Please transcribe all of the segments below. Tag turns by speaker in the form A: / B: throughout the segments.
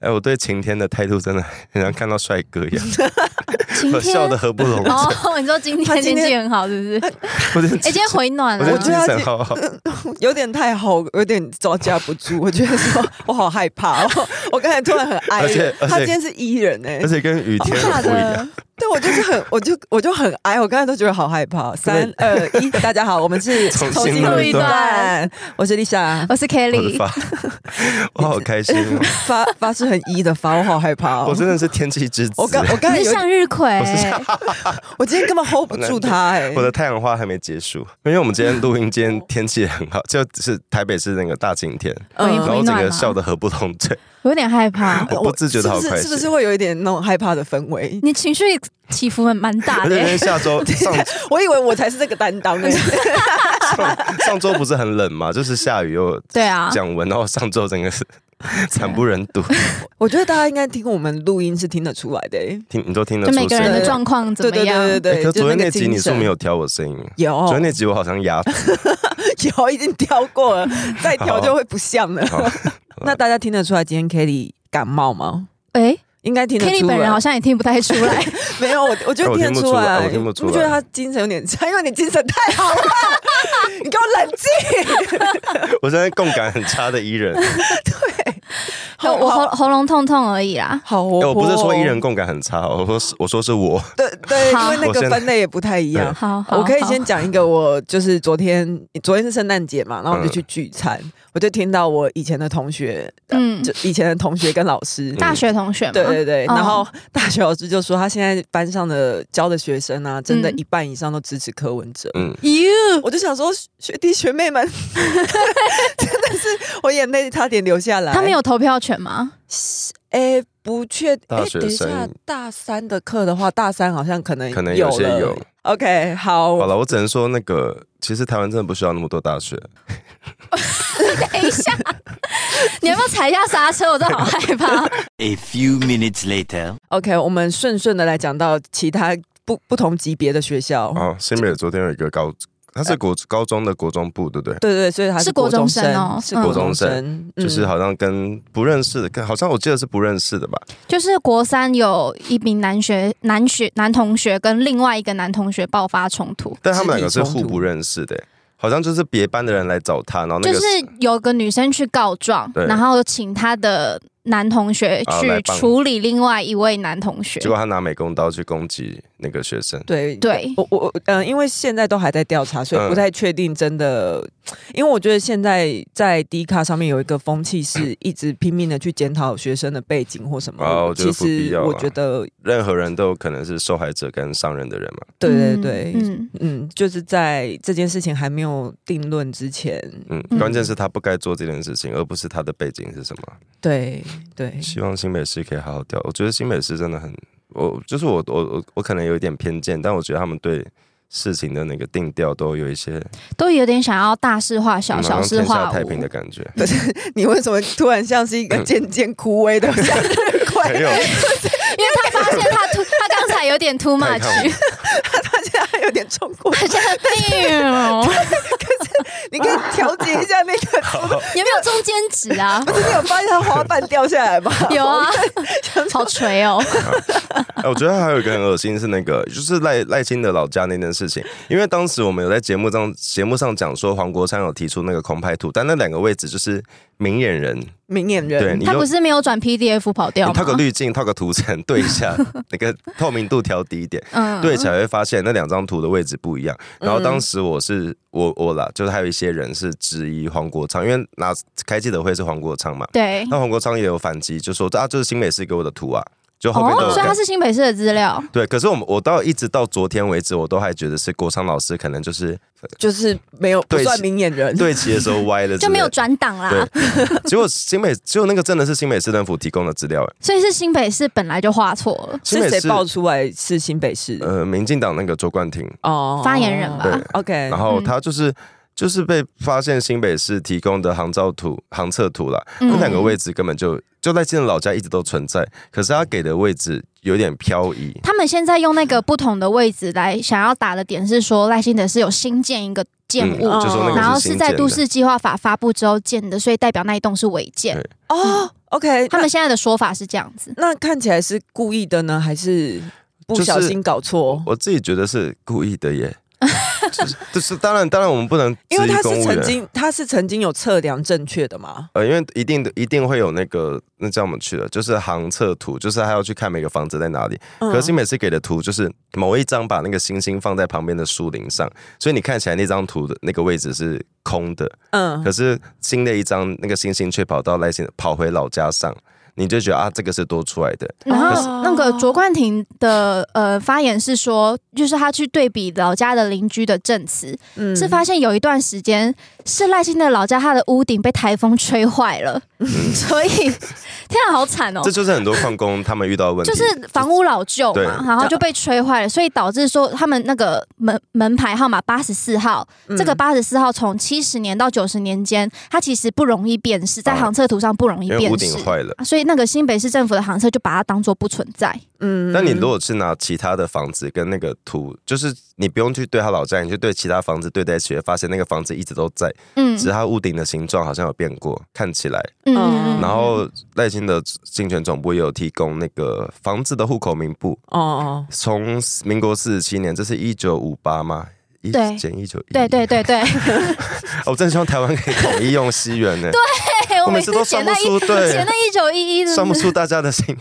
A: 哎，我对晴天的态度真的 很像看到帅哥一样，
B: 晴
A: 我
B: 天
A: 笑得合不拢嘴，
B: 哦，你说今
C: 他
B: 天
C: 今
B: 天
C: 天
B: 气很好，是不是？
A: 我真的
B: 哎，今天回暖
A: 我真的
C: 我觉
A: 精
B: 了。
C: 得他
A: 神
C: 今
A: 好好。
C: 有点太好，有点招架不住。我觉得说，我好害 怕哦。我刚才突然很哀
A: 而且
C: 人，
A: 而且
C: 他今天是 E 人哎、
A: 而且跟雨天
B: 哦真的假
A: 很不一
B: 的
A: 样。
C: 对我就是很，我就我就很哀。我刚才都觉得好害 怕。三二一，大家好，我们是
A: 重
C: 重
A: 新
C: 新
A: 录
C: 录
A: 一
C: 一
A: 段
C: 段，我是丽莎。
B: 我是
A: 我的
B: Kelly，
A: 发，我好开心哦！
C: 发发是很 E 的发，我好害怕、哦。
A: 我真的是天气之子。欸
C: 我刚我刚
B: 你
C: 才
B: 是
C: 哎有，
B: 向日葵
A: 我，是
C: 我今天根本 hold 不住他哎、
A: 我的太阳花还没结束，因为我们今天录音，今天天气很好，就只是台北是那个大晴天，
B: 回
C: 嗯
A: 然后
B: 回
A: 整
B: 哦暖
A: 个笑
B: 吗？啊
A: 得合不拢嘴。
B: 我有点害怕，
A: 我不自觉的好
C: 是不
A: 开
C: 欸是
A: 心
C: 是不是会有一点那种害怕的氛 围？
B: 你情绪起伏很蛮大
A: 而
B: 的
A: 且因为
B: 欸。
A: 下周上
C: 我以为我才是这个担 当哎、
A: 上上周不是很冷嘛，就是下雨又
B: 对啊，
A: 降温，然后上周整个 是惨不忍睹。
C: 我觉得大家应该听我们录音是听得出来的、欸，
A: 听你都听得
B: 就
A: 出
B: 每个人的
A: 声音。
B: 状况怎
C: 对
B: 么
C: 对
B: 样？
C: 对对
A: 哎
C: 对，
A: 可
C: 就
A: 昨天那
C: 那个
A: 集
C: 精
A: 你是
C: 神
A: 没有调我声音，昨天
C: 有
A: 那集我好像压住。
C: 有已经挑过了，再挑就会不像了。
A: 好
C: 那大家听得出来今天 Kelly 感冒吗？
B: 哎
C: 应该听得
B: ，Kelly
C: 出来。
B: 本人好像也听不太出来，
C: 没有，我我觉得
A: 哎我
C: 听
A: 听不
C: 得
A: 出
C: 出
A: 来
C: 来，
A: 我听不出来
C: 你觉得他精神有点差，因为你精神太好 了，你给我冷静。
A: 我现在共感很差的伊 人，
B: 我我喉喉咙痛痛而已啦。
C: 好活
A: 哎我
C: 泼、
A: 不是说伊人，共感很差哦，我说是我说是我，
C: 对对，因
B: 好
C: 为那
A: 我先
C: 个分类也不太一样。
B: 好，好
C: 我可以
B: 好
C: 先讲一个，我就是昨天，昨天是圣诞节嘛，
A: 嗯
C: 然后我就去聚餐，我就听到我以前的同学，
B: 嗯，
C: 就以前的同学跟老师，
B: 大学同学嘛，
C: 对对对，
B: 哦
C: 然后大学老师就说，他现在班上的教的学生啊，真的
B: 嗯
C: 一半以上都支持柯文哲。
A: 嗯，
B: ，you
C: 我就想说，学弟学妹们， 真的是我眼泪差点流下来。
B: 他们有投票权吗？
C: 哎，不确定。
A: 大
C: 哎
A: 学
C: 等一
A: 生
C: 下，大三的课的话，大三好像可能
A: 可能有
C: 哎有
A: 些
C: 了
A: 有。
C: OK，好，
A: 好了，我只能说那个，其实台湾真的不需要那么多大学。
B: 等一下， 你要不要踩一下刹车？我真的好害怕。
D: A few minutes later.
C: OK，我们顺顺的来讲到其他不不同级别的学校。
A: 哦，新北昨天有一个高，他
C: 呃
A: 是国高中的国中部，对不对？
C: 对对，所以他
B: 是
C: 是
B: 国
C: 国中
B: 中生哦
C: 是
B: 嗯
C: 国中
A: 国中生
C: 生，嗯
A: 就是好像跟不认识的，跟好像我记得是不认识的吧？
B: 就是国三有一名男学男学男同学跟另外一个男同学爆发冲突，
A: 但他们两个是
C: 肢体冲
A: 互
C: 突
A: 不认识的，好像就是别班的人来找他，然后那
B: 就
A: 个
B: 是有个女生去告状，
A: 对
B: 然后请她的男同学
A: 啊来
B: 去
A: 帮
B: 处理另外一位男同学
A: 结。果他拿美工刀去攻击那个学生，
C: 对。
B: 对，
C: 我我嗯、呃，因为现在都还在调查，所以
A: 嗯
C: 不太确定真的。因为我觉得现在在 D 卡上面有一个风气， 是一直拼命的去检讨学生的背景或什么。
A: 哦我觉得
C: 其
A: 不必
C: 实
A: 要啊
C: 我觉得，
A: 任何人都有可能是受害者跟伤人的人嘛。
C: 对对对，嗯
B: 嗯，
C: 就是在这件事情还没有定论之前，
A: 嗯，
B: 嗯
A: 关键是他不该做这件事情，而不是他的背景是什么。
C: 对
B: 嗯
C: 对，
A: 希望新北市可以好好调。我觉得新北市真的很，我就是我我我我可能有一点偏见，但我觉得他们对事情的那个定调都有一些
B: 都有点想要大事化小，
A: 嗯好
B: 小
A: 像
B: 事
A: 天下
B: 化
A: 太
B: 无。
A: 平的感觉。
C: 你为什么突然像是一个渐渐枯萎的 向日
A: 嗯没有，
C: 葵？
B: 因为他发现他突， 他刚才有点 too
A: 太
B: much，
A: 看我
C: 他现在有点冲过，
B: 有
C: 你可以调节一下那 个。
B: 没 有中间值啊？
C: 不是你有发现它花瓣掉下来吗？
B: 有啊，好垂哦。
A: 哎，我觉得还有一个很恶心是那个，就是赖赖清德老家那件事情，因为当时我们有在节目上节目上讲说黄国昌有提出那个空拍图，但那两个位置就是明眼人，
C: 明眼
A: 对
C: 人。
A: 你
B: 他
A: 用
B: 不是没有转 PDF 跑掉
A: 你套个
B: 吗？
A: 滤镜，套个图层对一 下，那个透明度调低一点。
B: 嗯
A: 对起来会发现那两张图的位置不一样。然后当时我是、我我啦，就是还有一些人是质疑黄国昌，因为拿开记者会是黄国昌嘛，
B: 对
A: 那黄国昌也有反击，就说啊，这是新美式给我的图啊，就后面都
B: 哦，
A: 有
B: 所以
A: 跟
B: 他是新北市的资料。
A: 对，可是我们我到一直到昨天为止，我都还觉得是国昌老师可能就是
C: 就是没有不
A: 对
C: 算明眼人，
A: 对齐的时候歪了，
B: 就没有。转档啦，
A: 对，结果新美，结果那个真的是新美市政府提供的资料，哎
B: 所以是新北市本来就画错了。
A: 新北
C: 是谁
A: 市
C: 爆出来是新北市
A: 呃，民进党那个周冠廷，
C: 哦
B: 发言人吧对
C: OK，
A: 然后
B: 嗯
A: 他就是、就是被发现新北市提供的航照图、航测图啦，
B: 嗯
A: 那两个位置根本就就在建老家一直都存在，可是他给的位置有点漂移。
B: 他们现在用那个不同的位置来想要打的点是说赖幸德是有新建一个建物，
A: 嗯就说那个
B: 哦然后
A: 是新
B: 在
A: 建的
B: 都市计划法发布之后建的，所以代表那一栋是违建
A: 对。
C: 哦， OK，
B: 他
C: 那
B: 们现在的说法是这样子，
C: 那看起来是故意的呢，还是不小
A: 就是
C: 心搞错？
A: 我自己觉得是故意的 耶。就是就是，当然，当然，我们不能质
C: 因为
A: 疑
C: 他
A: 公
C: 是
A: 务
C: 曾
A: 员。
C: 经，他是曾经有测量正确的嘛？
A: 呃，因为一定的一定会有那个那叫我们去的，就是航测图，就是他要去看每个房子在哪里。
C: 嗯
A: 可是每次给的图就是某一张把那个星星放在旁边的树林上，所以你看起来那张图的那个位置是空的，
C: 嗯
A: 可是新的一张那个星星却跑到赖星跑回老家上，你就觉得啊，这个是多出来的。
B: 然
C: 可是
A: 哦
B: 后那个卓冠廷的呃发言是说，就是他去对比老家的邻居的证词，
C: 嗯
B: 是发现有一段时间是赖清德老家他的屋顶被台风吹坏了， 所以天啊，好惨哦
A: 嗯这！就是很多矿工他们遇到的问题，
B: 就是房屋老旧
A: 对
B: 嘛，然后就被吹坏了，所以导致说他们那个门门牌号码八十四号，
A: 嗯
B: 这个八十四号从七十年到九十年间，它其实不容易辨识，在
A: 啊
B: 航测图上不容易
A: 因为
B: 辨
A: 屋
B: 识
A: 顶，坏了。
B: 啊所以那个新北市政府的航测就把它当做不存在。
C: 嗯
A: 但你如果是拿其他的房子跟那个图，就是你不用去对他老家，你就对其他房子对在一起，会发现那个房子一直都在，
B: 嗯
A: 只是它屋顶的形状好像有变过，看起来。
B: 嗯
C: 嗯
A: 然后赖清德竞选总部也有提供那个房子的户口名簿，
C: 哦哦，
A: 从民国四十七年，这是一九五八吗？一
B: 对
A: 减一九一，哦
B: 对对 对对，
A: 我真的希望台湾可以统一用西元 呢。对，我每
B: 哎每
A: 次
B: 次
A: 都算不
B: 写那一
A: 出，对
B: 写，那一九一一的，
A: 算不出大家的心。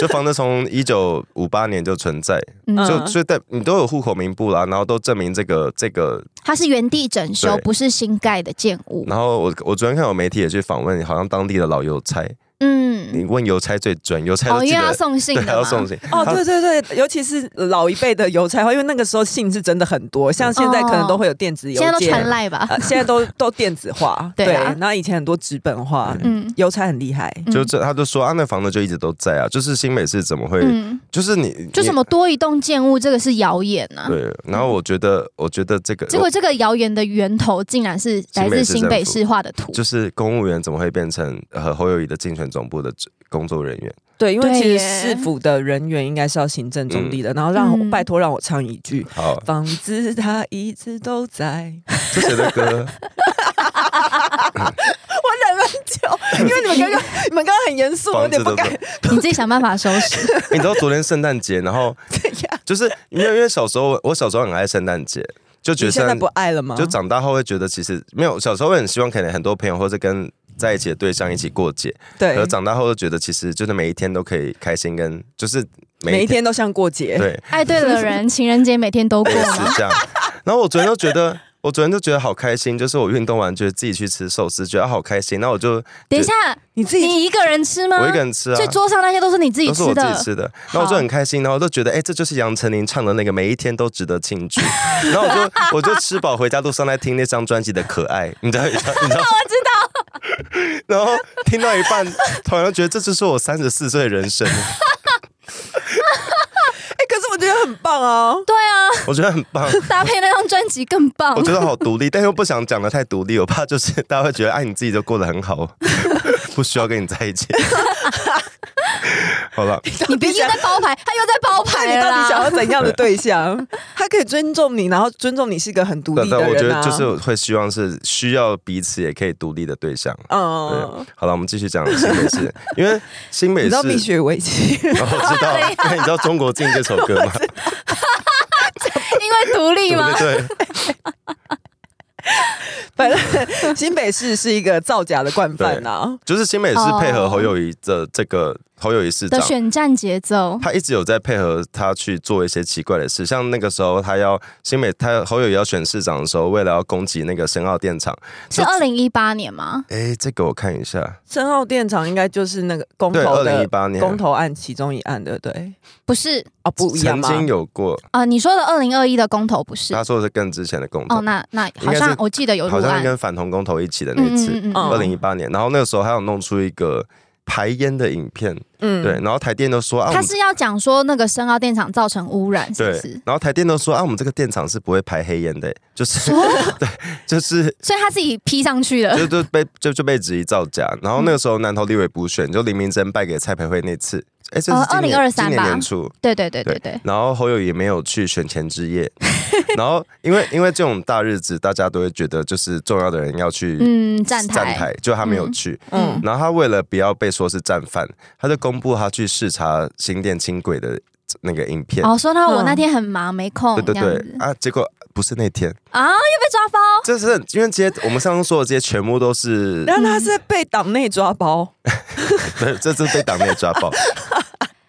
A: 就房子从一九五八年就存在，
B: 嗯
A: 就所以代你都有户口名簿啦，然后都证明这个这个。
B: 它是原地整修，
A: 对
B: 不是新盖的建物。
A: 然后我我昨天看有媒体也去访问，好像当地的老邮差，
B: 嗯，
A: 你问邮差最准，邮差
B: 哦，
A: 都记
B: 因为要
A: 得。
B: 送信
A: 对，
B: 的
A: 还要
B: 嘛，
A: 送信
C: 哦，
A: 他
C: 对对对，尤其是老一辈的邮差会，因为那个时候信是真的很多，像现在可能都会有电子
B: 哦
C: 邮
B: 现在都传
C: 件，
B: 赖吧。
C: 呃现在都都电子化，
B: 对啊
C: 然后以前很多纸本化，
B: 嗯，
C: 邮差很厉害，
A: 就这，他就说啊，那房子就一直都在啊，就是新美是怎么会，
B: 嗯，
A: 就是你
B: 就
A: 你
B: 什么多一栋建物，这个是谣言啊。
A: 对，然后我觉得，我觉得这个
B: 结果这个谣言的源头竟然是来自新北市画的图，
A: 就是公务员怎么会变成呃侯友谊的竞选总部的工作人员？
C: 对，因为
B: 对
C: 其实
B: 耶
C: 市府的人员应该是要行政总理的，然后让我
B: 嗯
C: 拜托让我唱一句。
A: 好，
C: 房子它一直都在，
A: 这谁的歌？
C: 我忍很 久，因为你们刚刚你们刚刚很严肃，我有点不敢
A: 房子
B: 你自己想办法收拾。
A: 你知道昨天圣诞节，然后
C: 这样。
A: 就是因为因为小时候我小时候很爱圣诞节，就觉得
C: 你现
A: 圣
C: 在
A: 诞
C: 不啊爱了吗？
A: 就长大后会觉得其实没有，小时候会很希望可能很多朋友或者跟在一起的对象一起过节，
C: 对
A: 可，是长大后就觉得其实就是每一天都可以开心跟就是
C: 每一天都像过节。
A: 对
B: 爱对了人，情人节每 天都过
A: 类似
B: 吗？
A: 这样。然后我昨天就觉得，我昨天就觉得好开心，就是我运动完觉得自己去吃寿司，觉得好开心。那我就
B: 等一下，
C: 你自己
B: 你一个人吃吗？
A: 我一个人吃啊
B: 所以。桌上那些都是你自己
A: 都是我
B: 吃
A: 自己
B: 的。
A: 吃的，然后我就很开心，然后我就觉得，哎、这就是杨丞琳唱的那个每一天都值得庆祝。然后我就我就吃饱回家路上在听那张专辑的《可爱》，你知道，你知道，你知
B: 哦
A: 道，我知道。 然后听到一半，突然就觉得这就是我三十四岁的人生，
C: 哎、可是我觉得很棒啊！
B: 对啊，
A: 我觉得很棒。
B: 搭配那张专辑更棒
A: 我。觉得好独立，但又不想讲的太独立，我怕就是大家会觉得，哎，你自己就过得很 好，不需要跟你在一起。好了，
B: 你别又在包牌，他又在包
C: 看
B: 牌
C: 你
B: 了
C: 到底想要
B: 啦。
C: 怎样的对象？他可以尊重你，然后尊重你是个很独
A: 但
C: 立的
A: 但我觉
C: 人啊。
A: 得就是会希望是需要彼此也可以独立的对象。
C: 嗯
A: 对，，好了，我们继续讲新北 市，因为新
C: 你
A: 北
C: 知
A: 市，
C: 道
A: 哦我
C: 蜜雪啊薇 琪
A: 知道，因为你知道《中国镜》这首歌 吗？
B: 因为独立
A: 对
B: 吗
A: 不？对？对
C: 本来新北市是一个造假的惯犯啊。
A: 就是新北市配合侯友谊的这个侯友谊市长
B: 的，选战节奏，
A: 他一直有在配合他去做一些奇怪的事，像那个时候他要新美他侯友宜要选市长的时候，为了要攻击那个深澳电厂，
B: 是二零一八年吗？
A: 哎，这个我看一下，
C: 深澳电厂应该就是那个公
A: 对，
C: 投
A: 二零
C: 的
A: 一八年
C: 公投案其中一案，对不对？
B: 不是，
C: 哦，不一样
A: 曾
C: 吗？
A: 经有过，
B: 啊，你说的二零二一的公投不是？
A: 他说的是更之前的公投，
B: 哦，那那
A: 应
B: 好
A: 该是
B: 像我记得有入
A: 好像
B: 案，
A: 跟反同公投一起的那一次，
B: 嗯嗯嗯
C: 嗯
A: 二零一八年，然后那个时候还有弄出一个排烟的影片，
C: 嗯
A: 对，，然后台电都说啊，我
B: 他
A: 们
B: 是要讲说那个深澳电厂造成污染，是不
A: 对
B: 是，？
A: 然后台电都说啊，我们这个电厂是不会排黑烟的，就是 对，就是
B: 所以他自己 P 上去了。
A: 就
B: 嗯
A: 就被就就被质疑造假。然后那个时候南投立委补选，就林明珍败给蔡培慧那次，哎，这是
B: 哦
A: 今年
B: 2023
A: 今年
B: 吧
A: 年初，
B: 对对对对对，
A: 然后侯友也没有去选前之夜， 然后因为因为这种大日子，大家都会觉得就是重要的人要去
B: 嗯，站台，
A: 就他没有去。
C: 嗯
B: 嗯，
A: 然后他为了不要被说是战犯，他就公布他去视察新店轻轨的那个影片。
B: 哦，说到我
C: 嗯
B: 那天很忙，没空，
A: 对对
B: 这样
A: 对
B: 子
A: 啊！结果不是那天，
B: 啊，又被抓包，
A: 这是因为这些我们上次说的这些全部都 是，
C: 然后他是被党内抓包，
B: 嗯
A: 对，这次被党内抓爆。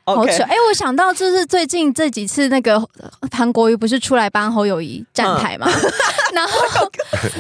B: 好
C: OK
B: 糗！哎、我想到就是最近这几次那个呃韩国瑜不是出来帮侯友谊站
C: 嗯
B: 台嘛， 然后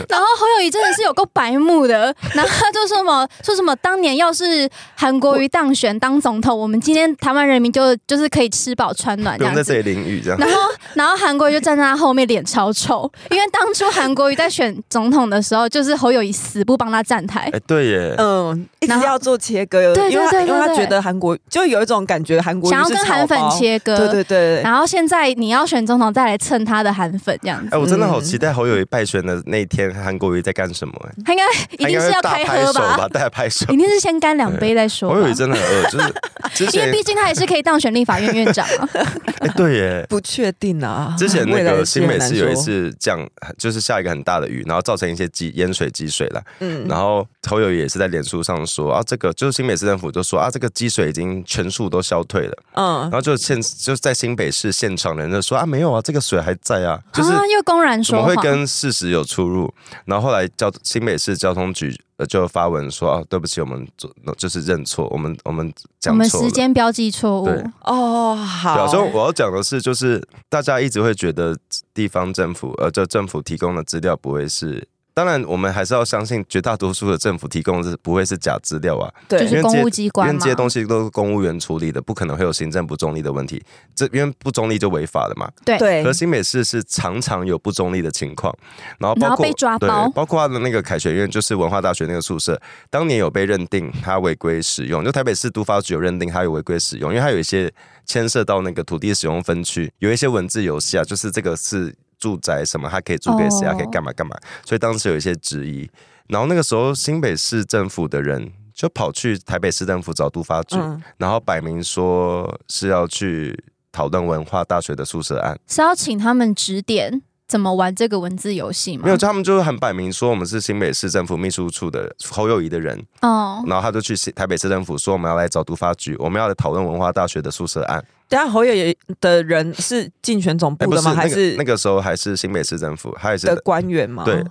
B: 然后侯友谊真的是有够白目的，然后他就说什么说什么当年要是韩国瑜当选当总统，我们今天台湾人民就就是可以吃饱穿暖
A: 不
B: 啊这
A: 用
B: 样
A: 在
B: 子
A: 这。里淋雨这样。
B: 然后，然后韩国瑜就站在他后面，脸超臭，因为当初韩国瑜在选总统的时候，就是侯友谊死不帮他站台
A: 哎、，对耶，
B: 呃
C: 嗯，一直
B: 然后
C: 要做切割，
B: 对对
C: 因为他
B: 对对
C: 因为他
B: 对
C: 觉得韩国就有一种感觉，韩国
B: 想要
C: 瑜是
B: 跟韩粉
C: 草包
B: 切割。
C: 对对对对，
B: 然后现在你要选总统，再来蹭他的韩粉这样
A: 哎、
B: 子，
A: 我真的好
C: 嗯
A: 期待侯友谊败选的那一天，韩国瑜在干什么、哎
B: 他应该
A: 他
B: 一定
A: 应该
B: 是
A: 会
B: 要
A: 大
B: 开
A: 拍
B: 喝
A: 手
B: 吧，
A: 大拍手。
B: 一定是先干两杯再说吧
A: 侯。友谊真的很恶， 就是之
B: 因为
A: 前
B: 毕竟他也是可以当选立法院院长啊，
A: 哎、对耶，
C: 不确定啊。
A: 之前那
C: 未来
A: 个
C: 的事
A: 新
C: 很
A: 北
C: 难
A: 市有一
C: 说，
A: 次降，就是下一个很大的雨，然后造成一些积淹水积水了。
C: 嗯
A: 然后侯友宜也是在脸书上说啊，这个就是新北市政府就说啊，这个积水已经全数都消退了。
C: 嗯
B: 啊
A: 然，后就现就是在新北市现场人就说啊，没有啊，这个水还在啊，就是
B: 啊又公然
A: 怎
B: 说
A: 么会
B: 谎，
A: 跟事实有出入？然后后来交新北市交通局呃就发文说啊，对不起，我们做就是认错，我们我们
B: 我
A: 讲
B: 们
A: 错了
B: 时。间标记错误，
A: 对
C: 哦，
A: 对啊，
C: 好，
A: 所以我要讲的是，就是大家一直会觉得地方政府，呃，这政府提供的资料不会是，当然我们还是要相信绝大多数的政府提供的是不会是假资料啊，
B: 就
C: 对
A: 因为
B: 是
A: 这
B: 公务机
A: 因
B: 关
A: 为
B: 嘛
A: 这。些东西都是公务员处理的，不可能会有行政不中立的问题，这因为不中立就违法了嘛。
B: 对
C: 对
A: 可，新北市是常常有不中立的情况，然后包
B: 然后
A: 括
B: 被抓
A: 对
B: 包
A: 包括他的那个凯旋苑，就是文化大学那个宿舍，当年有被认定他违规使用，就台北市都发局有认定他有违规使用，因为他有一些牵涉到那个土地使用分区，有一些文字游戏啊，就是这个是住宅什么，他可以租给谁啊，
B: 哦
A: 可以干嘛干嘛，所以当时有一些质疑，然后那个时候新北市政府的人。就跑去台北市政府找都发局，
C: 嗯
A: 然后摆明说是要去讨论文化大学的宿舍案，
B: 是要请他们指点怎么玩这个文字游戏吗？
A: 没有，就他们就是很摆明说我们是新北市政府秘书处的侯友谊的人，
B: 哦，
A: 然后他就去新台北市政府说我们要来找都发局，我们要来讨论文化大学的宿舍案。
C: 等一啊下侯友宜的人是竞选总
A: 哎，
C: 部
A: 不
C: 的
A: 是，
C: 吗？
A: 那
C: 还
A: 个
C: 是
A: 那个时候还是新北市政府，还是
C: 的官员吗？
A: 对。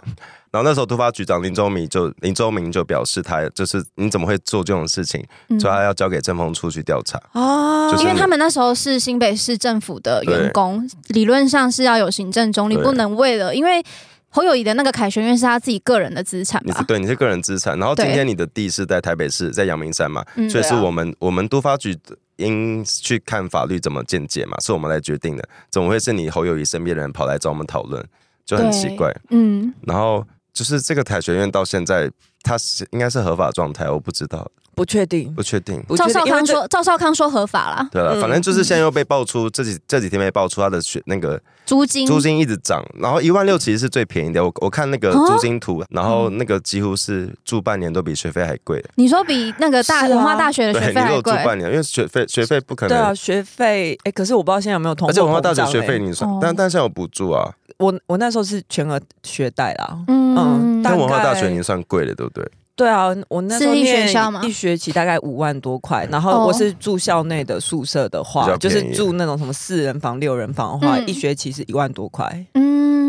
A: 然后那时候都发局长林周明就林周明就表示他就是你怎么会做这种事情，
B: 嗯
A: 所以他要交给政风处去调查。
C: 啊，
A: 就是
B: 因为他们那时候是新北市政府的员工，理论上是要有行政中立，
A: 对
B: 不能为了因为侯友谊的那个凯旋院是他自己个人的资产
A: 你是
B: 吧？
A: 对你是个人资产，然后今
B: 对
A: 天你的地是在台北市，在阳明山嘛，
B: 嗯
A: 所以
C: 对
A: 是
C: 啊
A: 我们、我们都发局应去看法律怎么见解嘛，是我们来决定的，怎么会是你侯友谊身边的人跑来找我们讨论，就很奇怪。
B: 嗯，
A: 然后就是这个台学院到现在，它是应该是合法状态，我不知道，
C: 不确定，
A: 不确定。
C: 不确
B: 赵
C: 定
B: 少
C: 因为
B: 康
C: 这
B: 说赵少康说合法啦，
A: 对了，
C: 嗯
A: 反正就是现在又被爆出，这几这几天被爆出它的学那个
B: 租金
A: 租金一直涨，然后一万六其实是最便宜的。我我看那个
B: 哦
A: 租金图，然后那个几乎是住半年都比学费还贵。
B: 你说比那个大、
C: 是啊
B: 文化大学的
A: 对，
B: 学
A: 你
B: 费
A: 如
B: 还
A: 果住
B: 贵？
A: 半年，因为学费学费不可
C: 对啊，
A: 能，
C: 学费哎、可是我不知道现在有没有通货
A: 而
C: 膨
A: 且
C: 胀欸、
A: 文化大学学费你算
B: 哦，
A: 但但现在有补助啊，
C: 我我那时候是全额学贷啦。嗯
B: 嗯，
C: 大
A: 但
C: 概
A: 文化大学已经算贵了，对不对？
C: 对啊，我那时候
B: 私立学
C: 念
B: 校吗
C: 一学期大概五万多块，然
B: 哦
C: 后我是住校内的宿舍的
A: 比
C: 话，
A: 较
C: 就
A: 便宜
C: 是住那种什么四人房、六人房的话，
B: 嗯
C: 一学期是一万多块。
A: 哦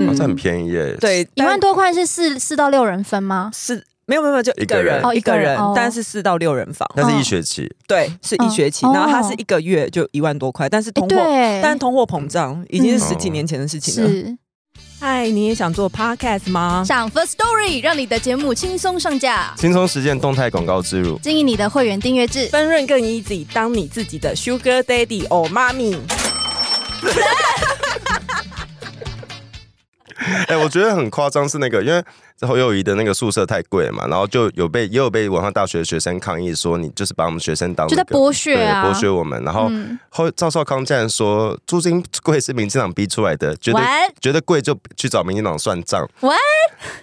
B: 嗯，
A: 这很便宜耶。
C: 对，
B: 一万
C: 但
B: 多块是四四到六人分吗？
C: 是没有没有没有就一个人
B: 一个人哦
C: 一个
B: 一个
C: 人
B: 人哦，
C: 但是四到六人房，
B: 嗯
A: 那是一学期，
C: 对，是一学期，
B: 哦
C: 然后它是一个月就一万多块，但是
B: 哎
C: 通货
B: 对，
C: 但通货膨胀已经是十几
A: 嗯
C: 年前的事情了。
B: 是
C: 嗨，你也想做 podcast 吗？
B: 上 First Story 让你的节目轻松上架，
A: 轻松实践动态广告植入。
B: 经营你的会员订阅制。
C: 分润更 easy，当你自己的 sugar daddy or mommy。
A: 哎、我觉得很夸张，是那个，因为侯友谊的那个宿舍太贵了嘛，然后就有被也有被文化大学的学生抗议说，你就是把我们学生当、那
B: 就
A: 个
B: 在剥削
A: 对
B: 啊！
A: 剥削我们。然后
B: 嗯
A: 后赵少康竟然说租金贵是民进党逼出来的，觉得
B: What？
A: 觉得贵就去找民进党算账。
B: What？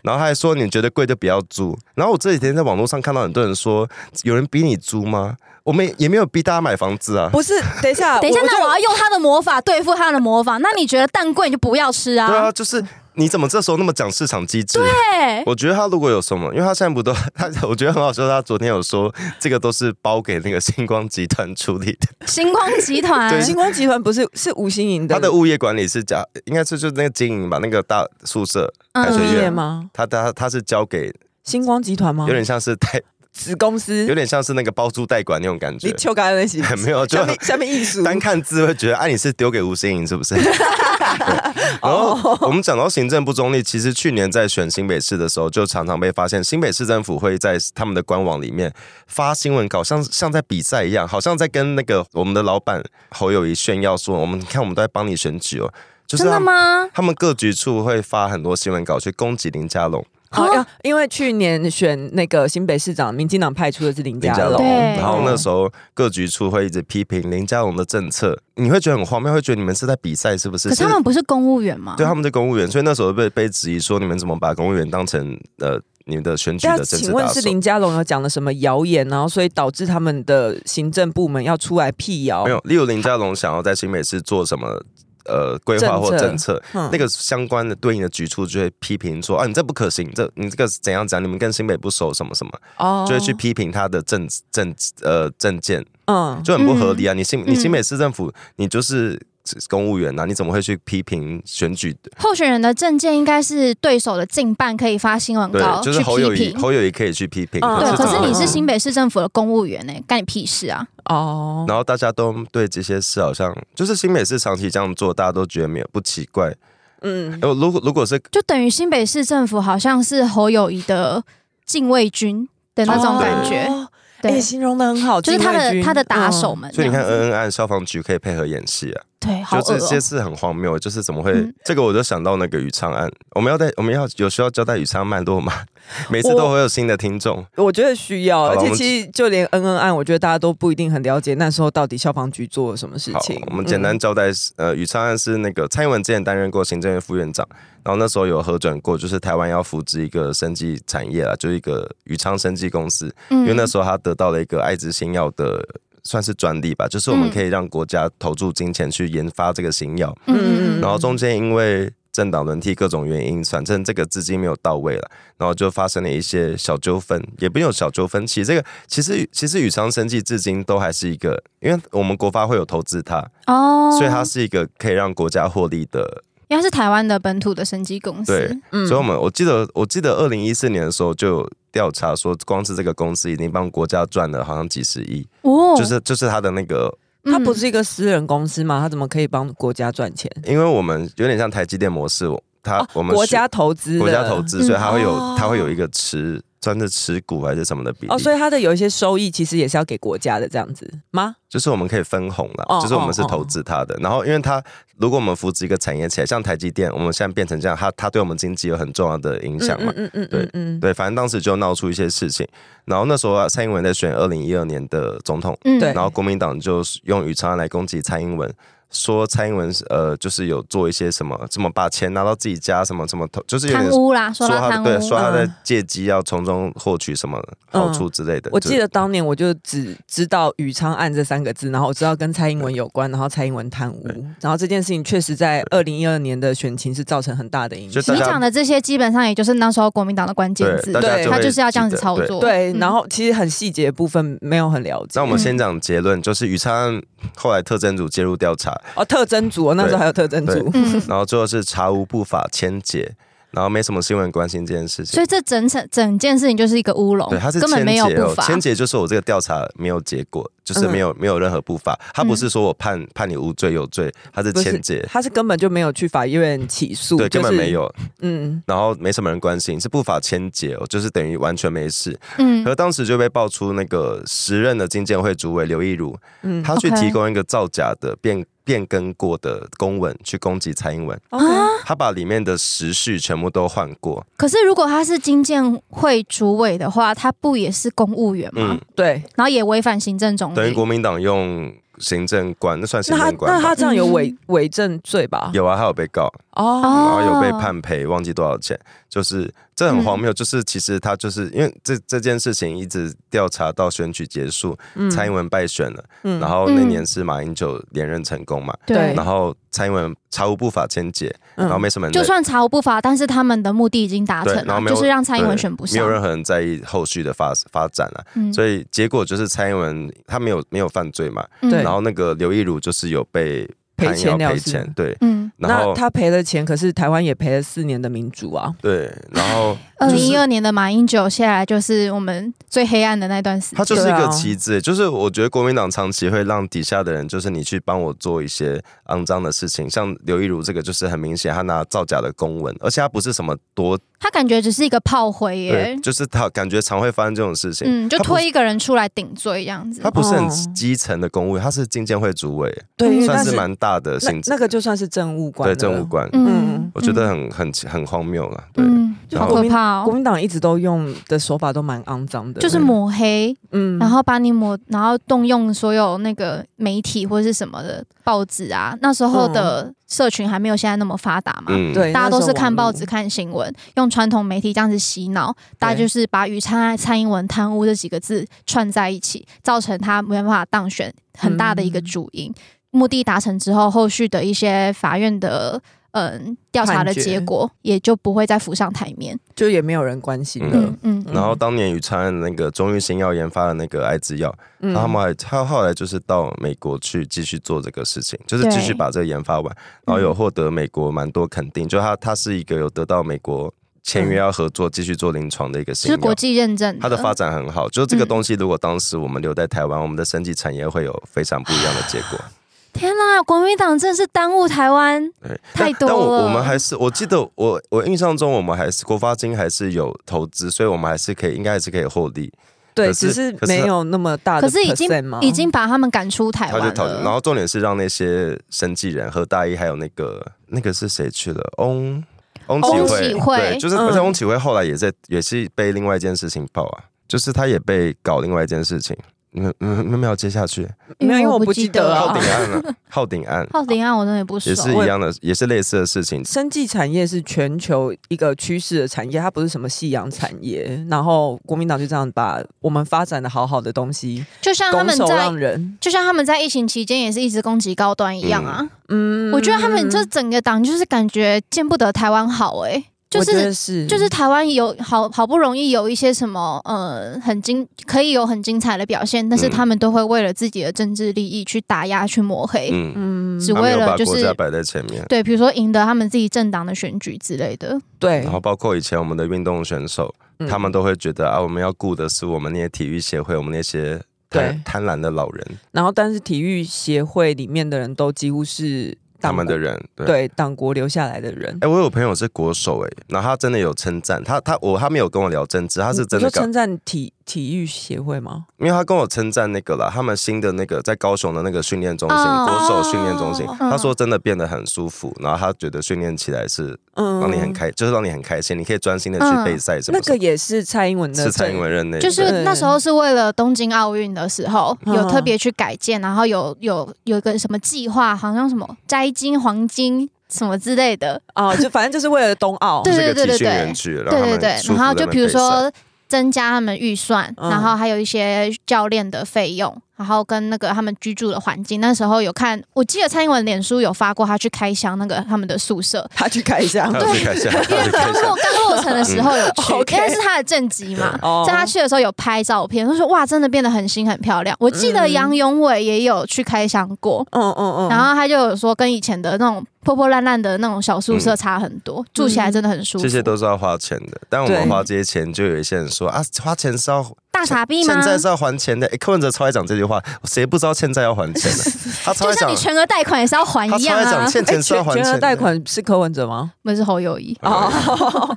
A: 然后他还说你觉得贵就不要租。然后我这几天在网络上看到很多人说，有人逼你租吗？我们也没有逼大家买房子啊。
C: 不是，等一 下，
B: 等一下，
C: 我
B: 那我要用他的魔法对付他的魔法。那你觉得蛋贵你就不要吃
A: 对啊，
B: 啊？
A: 就是你怎么这时候那么讲市场机制？
B: 对，
A: 我觉得他如果有什么，因为他现在不都 他，我觉得很好笑。他昨天有说，这个都是包给那个星光集团处理的，
B: 星光集团
A: 对
C: 星光集团不是是吴欣盈的
A: 他的物业管理是假，应该是就是那个经营吧，那个大宿舍
B: 嗯
A: 海水
C: 物业
A: 院，
C: 吗？
A: 他他他是交给，
C: 星光集团
B: 哦
C: 吗
A: 有？点像 是贷，
C: 子公司
A: 有？点像是那个包租代管那种感
C: 你
A: 觉。
C: 秋干那些
A: 没有就
C: 下面下面艺术
A: 单看字会觉得，哎、你是丢给吴欣颖是不 是？对然
B: 哦
A: 后我们讲到行政不中立，其实去年在选新北市的时候，就常常被发现新北市政府会在他们的官网里面发新闻稿，像像在比赛一样，好像在跟那个我们的老板侯友谊炫耀说，我们你看我们都在帮你选举哦，就是
B: 真
A: 他
B: 的
A: 们
B: 吗？
A: 他们各局处会发很多新闻稿去攻击林佳龙，
C: 好
B: 啊
C: 呀，因为去年选那个新北市长，民进党派出的是林
A: 林
C: 佳
A: 佳
C: 龙
A: 龙，
B: 对，
A: 然后那时候各局处会一直批评林佳龙的政策，你会觉得很荒谬，会觉得你们是在比赛是不是？
B: 可是他们不是公务员吗？
A: 对，啊他们是公务员，所以那时候被被质疑说你们怎么把公务员当成呃你们的选举
C: 那
A: 的政治
C: 啊请
A: 打
C: 问是
A: 手？
C: 林佳龙有讲了什么谣言，然后所以导致他们的行政部门要出来辟谣
A: 没？有，例如林佳龙想要在新北市做什么呃规划或
C: 政策
A: 政策，
C: 嗯
A: 那个相关的对应的局处就会批评说啊你这不可行，这你这个怎样怎样，你们跟新北不熟什么什么，
C: 哦
A: 就会去批评他的政政呃政见，
C: 嗯
A: 就很不合理啊！你新你
B: 嗯
A: 新北市政府，你就是公务员啊呐、你怎么会去批评选举的？
B: 候选人的证件应该是对手的近半可以发新闻
A: 对
B: 稿，
A: 就
B: 哦去
A: 是侯友
B: 批
A: 谊，
B: 评。
A: 侯友谊可以去批评，
C: 嗯
B: 对，
C: 是
B: 可
A: 怎
B: 是
A: 么
B: 你
A: 会
B: 是新北市政府的公务员呢、干你屁事啊！
C: 哦，
A: 然后大家都对这些事好像就是新北市长期这样做，大家都觉得没有不奇怪。
C: 嗯，
A: 呃，如果如果是
B: 就等于新北市政府好像是侯友谊的禁卫军的那种感觉，
C: 哦
B: 对
C: 哎形容的很好，
B: 就是他
C: 禁卫
B: 的
C: 军
B: 他的打手，
C: 嗯
B: 们这
A: 所以你
B: 样子。
A: 看恩恩案消防局可以配合演戏啊，
B: 对，好
A: 就
B: 恶
A: 这
B: 哦、
A: 些事很荒谬，就是怎么会、
B: 嗯
A: 这个我就想到那个宇昌案，我们要带我们要有需要交代宇昌脉络吗？ 每次都会有新的听众，
C: 嗯我觉得需要，
A: 好了
C: 而
A: 我
C: 且
A: 们
C: 其实就连恩恩案，我觉得大家都不一定很了解那时候到底消防局做了什么事
A: 好
C: 情。，
A: 我们简单
C: 嗯
A: 交代，呃，宇昌案是那个蔡英文之前担任过行政院副院长，然后那时候有核准过，就是台湾要扶植一个生技产业啊，就是一个宇昌生技公司，
B: 嗯
A: 因为那时候他得到了一个艾滋新药的算是专利吧，就是我们
B: 嗯
A: 可以让国家投注金钱去研发这个新药，
B: 嗯嗯
A: 然
B: 嗯，
A: 后中间因为政党轮替各种原因，反正这个资金没有到位了，然后就发生了一些小纠纷，也不用小纠纷，其实这个其实其实宇昌生技至今都还是一个，因为我们国发会有投资它，
B: 哦，
A: 所以它是一个可以让国家获利的
B: 因为它是台湾的本土的生机公司
A: 对，
C: 嗯
A: 所以我们我记得我记得二零一四年的时候就有调查说，光是这个公司已经帮国家赚了好像几十亿，
B: 哦，
A: 就是就是它的那个，
C: 他不
B: 嗯
C: 是一个私人公司吗？他怎么可以帮国家赚钱？
A: 因为我们有点像台积电模式，我它、
C: 啊
A: 我们
C: 国
A: 是
C: 家投资的，
A: 国家投资，所以它会有、
C: 哦
A: 它会有一个持算是持股还是什么的比例，
C: 哦，所以他的有一些收益其实也是要给国家的这样子吗？
A: 就是我们可以分红啦，
C: 哦
A: 就是我们是投资它的，然后因为它如果我们扶持一个产业起来，像台积电，我们现在变成这样，它它对我们经济有很重要的影响嘛，
C: 嗯嗯
A: 对
C: 嗯
A: 对，反正当时就闹出一些事情，然后那时候啊，蔡英文在选二零一二年的总统，
B: 嗯
C: 对
A: 然后国民党就是用宇昌来攻击蔡英文，说蔡英文呃就是有做一些什么，怎么把钱拿到自己家，什么什么，就是有
B: 贪
A: 点
B: 污啦，说他
A: 他
B: 贪污，嗯
A: 对，说他在
C: 嗯
A: 借机要从中获取什么好处之类的。
C: 我记
A: 就
C: 得当年我就只知道“宇昌案”这三个字，然后我知道跟蔡英文有关，然后蔡英文贪污，然后这件事情确实在二零一二年的选情是造成很大的影响。
A: 就大
B: 你
A: 家
B: 讲的这些基本上也就是那时候国民党的关键字
A: 对，大
C: 家就
B: 他
A: 会
B: 就是要这样子
A: 记得
B: 操
A: 对
B: 作，
C: 对，
B: 嗯
C: 然后其实很细节的部分没有很了解。
A: 那我们
B: 嗯
A: 先讲结论，就是宇昌案后来特侦组介入调查，
C: 哦，特征组哦，那时候还有特征组，
B: 嗯，
A: 然后最后是查无不法牵结，然后没什么新闻关心这件事情
B: 所。以这整整整件事情就是一个乌龙
A: 对，他是，
B: 哦根本没有
A: 牵结
B: 不
A: 哦
B: 法，
A: 牵结就是我这个调查没有结果，就是没有、没有任何不法。他不是说我判判你无罪有罪，他是
C: 不
A: 牵结，
C: 他是根本就没有去法院起诉，
A: 对，
C: 就
A: 根
C: 是
A: 本没。有，
C: 嗯，
A: 然后没什么人关心，是不法牵结哦，就是等于完全没事。
B: 嗯
A: 可，是当时就被爆出那个时任的经监会主委刘亦儒，
C: 嗯
A: 他去
B: OK
A: 提供一个造假的变变更过的公文去攻击蔡英文，
C: 啊，
A: 他把里面的时序全部都换过，
B: 可是如果他是经建会主委的话，他不也是公务员吗？
A: 嗯，
C: 对，
B: 然后也违反行政总
A: 等于
B: 理。
A: 国民党用行政官，那算行
C: 那他
A: 政官
C: 那
A: 吧
C: 他？这样有伪
B: 嗯啊
C: 伪证罪吧？
A: 有啊，他有被告，
C: 哦，
A: 然后有被判赔，忘记多少钱，就是这很
B: 嗯
A: 荒谬。就是其实他就是因为这这件事情一直调查到选举结束，
B: 嗯
A: 蔡英文败选了，
C: 嗯
A: 然后那年是马英九连任成功嘛，
C: 对
B: 嗯
A: 然后蔡英文查无不法签解，
C: 嗯
A: 然后没什么人
B: 就算查无不法，但是他们的目的已经达成
A: 对然后
B: 了，
A: 没有
B: 就是让蔡英文
A: 对
B: 选不
A: 没
B: 上
A: 有。任何人在意后续的发发展啊，
B: 嗯
A: 所以结果就是蔡英文他没有没有犯罪嘛，
B: 嗯
C: 对
A: 然后那个刘亦儒就是有被
C: 赔
A: 判
C: 钱
A: 要
C: 了
A: 赔
C: 是
A: 钱
C: 吗，
A: 对，
B: 嗯，
A: 然后
C: 那他赔了钱，可是台湾也赔了四年的民主啊。
A: 对，然后
B: 二
A: 就
B: 零
A: 是
B: 一二年的马英九下来就是我们最黑暗的那段时间。
A: 他就是一
C: 对
A: 个
C: 啊
A: 棋子，就是我觉得国民党长期会让底下的人，就是你去帮我做一些肮脏的事情，像刘亦儒这个就是很明显，他拿造假的公文，而且他不是什么多
B: 他感觉只是一个炮灰
A: 对
B: 耶，，
A: 就是他感觉常会发生这种事情，
B: 嗯，就
A: 他不
B: 推一个人出来顶罪这样子
A: 他。不是很
C: 哦
A: 基层的公务员，他是经建会主委，
C: 对，因为
A: 算
C: 那
A: 是蛮大的
C: 那
A: 性质，
C: 嗯那个就算是政务官
A: 对
C: 了，
A: 政务官，
C: 嗯
A: 我觉得很很很荒谬了，对。
B: 嗯，
A: 然
B: 好
A: 后
B: 可怕
C: 国
B: 哦，
C: 民党一直都用的手法都蛮肮脏的，
B: 就是抹黑，
C: 嗯
B: 然后把你抹，然后动用所有那个媒体或是什么的报纸啊，那时候的社群还没有现在那么发达嘛。
A: 嗯，
C: 对，
B: 大家都
C: 那
B: 是
C: 时候
B: 看
C: 网
B: 报
C: 络
B: 纸、，看新闻，用传统媒体这样子洗脑，大家
C: 对
B: 就是把与蔡蔡英文贪污这几个字串在一起，造成他没办法当选很大的一个主因。目的达成之后，后续的一些法院的嗯调查的
C: 判决
B: 结果也就不会再浮上台面。
C: 就也没有人关心
A: 嗯
C: 了
B: 嗯。嗯，
A: 然后当年宇昌那个中裕新药研发的那个艾滋药，
C: 嗯
A: 然后他们还他后来就是到美国去继续做这个事情，就是继续
B: 对嗯
A: 把这个研发完，然后有获得美国蛮多肯定，就他他是一个有得到美国签约要合作继续做临床的一个
B: 嗯就
A: 新
B: 是
A: 药
B: 国。际嗯认证
A: 它的发展很好，就是这个东西，如果当时我们留在台湾，我们的生技产业会有非常不一样的结 果。
B: 天呐，国民党真的是耽误台湾
A: 对，
B: 太多了。
A: 但我我们还是，我记得我我印象中，我们还是国发金还是有投资，所以我们还是可以，应该还是可以获利。
C: 对，
A: 可是
C: 只是
A: 可是
C: 没有那么大的
B: 可
C: percent 嘛，
B: 是已经已经把他们赶出台
A: 他就
B: 湾
A: 讨论，然
B: 了。
A: 后重点是让那些生计人和大一还有那个那个是谁去了？翁翁启
B: 翁
A: 慧，
B: 启慧
A: 对，就是
C: 嗯
A: 而且翁启慧后来也在也是被另外一件事情爆啊，就是他也被搞另外一件事情。你们你们你们要接下去
C: 没有，因为我
B: 我
C: 不
B: 不
C: 记
B: 记
C: 得
B: 得
A: 浩
C: 啊
A: 鼎。案啊，浩鼎案
B: 浩林案我真的也不熟
A: 也，是一样的，也是类似的事情。
C: 生技产业是全球一个趋势的产业，它不是什么夕阳产业。然后国民党就这样把我们发展的好好的东西
B: 就像他
C: 拱
B: 们
C: 手
B: 在
C: 让人，
B: 就像他们在疫情期间也是一直攻击高端一样啊。
C: 嗯
B: 我觉得他们这整个党就是感觉见不得台湾好哎、就
C: 我觉
B: 是
C: 得是
B: 就是台湾有好好不容易有一些什么呃很精可以有很精彩的表现，但是
A: 嗯
B: 他们都会为了自己的政治利益去打压去抹黑，
A: 嗯，
C: 嗯
B: 只
A: 他没
B: 为
A: 有把
B: 了就
A: 国
B: 是
A: 家。摆在前面。
B: 对，比如说赢得他们自己政党的选举之类的，
C: 对
A: 然，后包括以前我们的运动选手，
C: 嗯
A: 他们都会觉得啊，我们要顾的是我们那些体育协会，我们那些贪
C: 对
A: 贪婪的老人，
C: 然后但是体育协会里面的人都几乎是
A: 他
C: 党
A: 们的
C: 国
A: 人，对
C: 对党国留下来的人。
A: 哎、我有朋友是国手哎、然后他真的有称赞他，他我他没有跟我聊政治，他是真
C: 你
A: 的
C: 说
A: 搞，
C: 称赞体体育协会吗？
A: 因为他跟我称赞那个啦，他们新的那个在高雄的那个训练中心，
B: 哦嗯
A: 国手训练中心，
C: 哦
A: 他说真的变得很舒服，然后他觉得训练起来是
C: 嗯
A: 让你很开，就是让你很开心，你可以专心的去
B: 嗯
A: 备赛什么
C: 那
A: 什
C: 个
A: 么。
C: 也是蔡英文的
A: 是蔡英
C: 政
A: 文任内，
B: 就是
C: 对
B: 那时候是为了东京奥运的时候
C: 嗯
B: 有特别去改建，然后有有有一个什么计划，好像什么摘金、黄金什么之类的，
C: 啊，就反正就是为了冬奥。
B: 对
A: 这个
B: 对对
A: 体训
B: 对
A: 园区，然后
B: 对
A: 他
B: 对
A: 们
B: 对，
A: 舒服
B: 然后
A: 地
B: 就
A: 在
B: 比如
A: 备赛
B: 说增加他们预算，
C: 嗯
B: 然后还有一些教练的费用，然后跟那个他们居住的环境。那时候有看，我记得蔡英文脸书有发过，他去开箱那个他们的宿舍。
C: 他去开箱
A: 他。有去看一下，他
B: 因
A: 有
B: 为
A: 去
B: 刚
A: 看一下
B: 落刚落成的时候有 去，
C: 嗯 OK
B: 因为是他的正极嘛，
C: 哦
B: 在他去的时候有拍照片，他说哇，真的变得很新很漂亮。我记得
C: 嗯
B: 杨永伟也有去开箱过，
C: 嗯嗯嗯，
B: 然后他就有说跟以前的那种破破烂烂的那种小宿舍
C: 嗯
B: 差很多，住起来真的很舒服。
A: 这些都是要花钱的，但我们
C: 对
A: 花这些钱，就有一些人说啊，花钱是要
B: 大傻逼吗？
A: 欠债是要还钱的。诶柯文哲超爱讲这句话，谁不知道欠债要还钱呢？他超
B: 就
A: 爱
B: 像
A: 讲
B: 你，全额贷款也是要还
A: 他
B: 一
A: 超
B: 样
A: 爱讲
B: 啊，
A: 欠钱
C: 哎
A: 是要
C: 全
A: 还
C: 全
A: 钱
C: 额
A: 的。
C: 贷款是柯文哲吗？
B: 我是侯友谊。
A: 哦，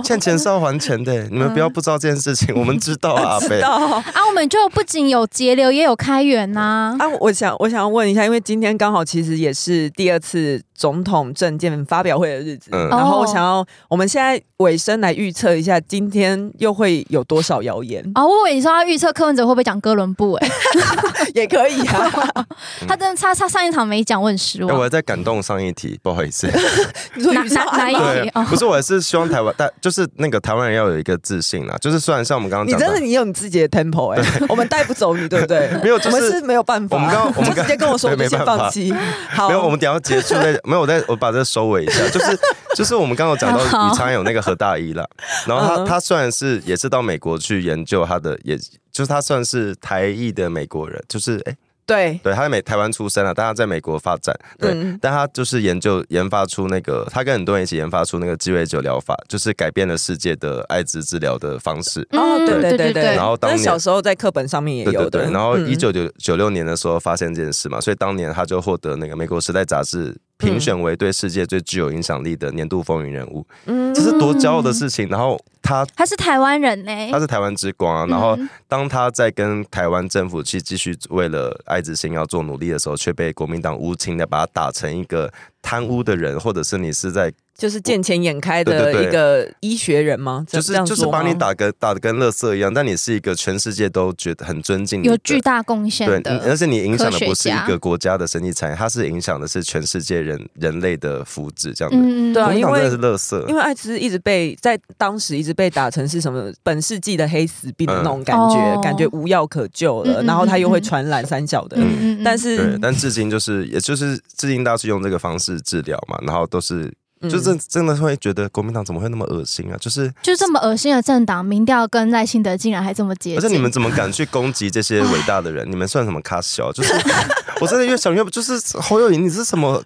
A: 欠钱是要还钱的，你们不要不知道这件事情，我们知道啊，阿贝。
C: 到
B: 啊，我们就不仅有节流，也有开源呐、啊
C: 啊啊，我想我想问一下，因为今天刚好其实也是第二次总统证件发表会的日子，
A: 嗯
C: 然后我
B: 哦，
C: 想要我们现在尾声来预测一下，今天又会有多少谣言
B: 啊、我以为你说要预测柯文哲会不会讲哥伦布、欸，哎，
C: 也可以 啊。
B: 他真的他他上一场没讲，我很失
A: 哎我
B: 望。
A: 还在感动上一题，不好意思。
C: 你说
B: 哪
C: 雨超
B: 哪哪
C: 案
B: 一
C: 吗
B: 题
A: 对，不是，我还是希望台湾，但就是那个台湾人要有一个自信啦。就是虽然像我们刚刚
C: 你
A: 讲
C: 真的
A: 的，
C: 你有你自己的 tempo 哎、我们带不走你，对不对？
A: 没有就是
C: 我们是没有办法，
A: 我们刚我们
C: 就直接跟我说，我
A: 刚对
C: 们先
A: 没办法
C: 放弃。好，
A: 没有，我们等一下结束 再没有，我再我把这收尾一下，就是就是我们刚刚有讲到
B: 好
A: 宇昌有那个何大一啦，然后他
C: 嗯
A: 他虽然是也是到美国去研究他的，也就是他算是台裔的美国人，就是哎、
C: 对
A: 对，他在美台湾出生啊了，但他在美国发展，对，
C: 嗯
A: 但他就是研究研发出那个，他跟很多人一起研发出那个鸡尾酒疗法，就是改变了世界的艾滋治疗的方式。
C: 哦，
B: 嗯
C: 对对对，
A: 然后当
C: 但是
A: 年
C: 小时候在课本上面也
A: 对
C: 有
A: 对
C: 的，
A: 对，然后
C: 嗯
A: 一九九九六年的时候发现这件事嘛，所以当年他就获得那个美国时代杂志评选为对世界最具有影响力的年度风云人物，
C: 嗯
A: 这是多骄傲的事情。然后他
B: 他是台湾人欸呢、
A: 他是台湾之光啊，然后
C: 嗯
A: 当他在跟台湾政府去继续为了艾滋性要做努力的时候，却被国民党无情的把他打成一个贪污的人，或者是你是在
C: 就是见钱眼开
A: 对对
C: 的
A: 对
C: 一个医学人吗？这
A: 就是
C: 这样
A: 就是
C: 说吗
A: 把你打个打的跟垃圾一样，但你是一个全世界都觉得很尊敬你的
B: 有巨大贡献
A: 嗯对，嗯而
B: 的，
A: 且你影响的
B: 科学
A: 不是一
B: 家
A: 个国家的生意产业，它是影响的是全世界人人类的福祉这样子。
B: 嗯
C: 对啊
A: 国民党
C: 因为
A: 真的是垃圾，
C: 因为艾滋一直被在当时一直被打成是什么本世纪的黑死病的那种感觉，
B: 哦
C: 感觉无药可救了，
B: 嗯嗯
C: 然后它又
B: 嗯
C: 会
B: 嗯
C: 传染三小的，
B: 嗯
C: 但
A: 对
C: 是，
A: 但至今就是，也就是至今大家是用这个方式治疗嘛，然后都是，
C: 嗯
A: 就真真的会觉得国民党怎么会那么恶心啊？就是，
B: 就这么恶心的政党，民调跟赖幸德竟然还这么接
A: 而且
B: 近，
A: 你们怎么敢去攻击这些伟大的 人？你们算什么咖小？就是， 我真的越想越不，就是侯友谊，你是什么？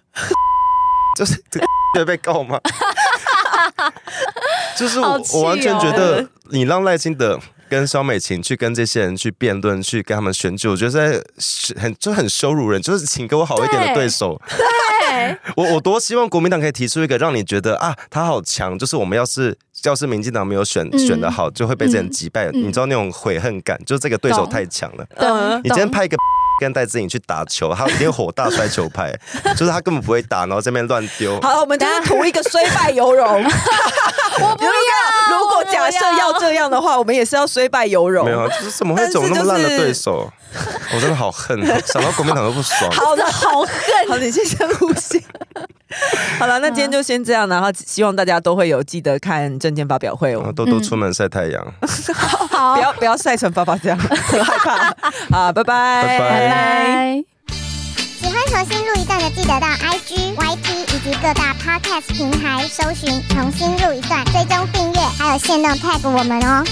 A: 就是这个会被告吗？ 就是我,、
B: 好气哦
A: 我完全觉得你让赖清德跟肖美琴去跟这些人去辩论，去跟他们选举，我觉得在很就很羞辱人，就是请给我好一点的
B: 对
A: 对手。 我我多希望国民党可以提出一个让你觉得啊，他好强，就是我们要是要是民进党没有选、
B: 嗯
A: 选的好，就会被这人
B: 嗯
A: 击败，
B: 嗯
A: 你知道那种悔恨感，就这个对手
B: 懂
A: 太强了。
C: 嗯
B: 懂？
A: 你今天
B: 懂
A: 派一个 跟戴志颖去打球，他一定火大摔球拍， 就是他根本不会打，然后这边乱丢。
C: 好，我们就是图一个虽败犹 荣。
B: 我不要，
C: 如果假设要这样的话，我们也是要虽败犹荣
A: 没。有，啊，就是怎么会
C: 但是
A: 走那么烂的
C: 就是
A: 对 手？我真的好恨，啊想到国民党都不爽。
C: 好的， 好恨。好，你先深呼吸。 好了，那今天就先这样，然后希望大家都会有记得看证件发表会
A: 然后
C: 哦，
A: 多多出门晒太阳。
B: 好
C: 不，要不要晒成爸爸这样， 很害 怕啊！
A: 拜
C: 拜
A: 拜
B: 拜拜。
E: 喜欢重新录一段的，记得到 IG、YT 以及各大 Podcast 平台搜寻“重新录一段”，追踪订阅，还有限定 tag 我们哦。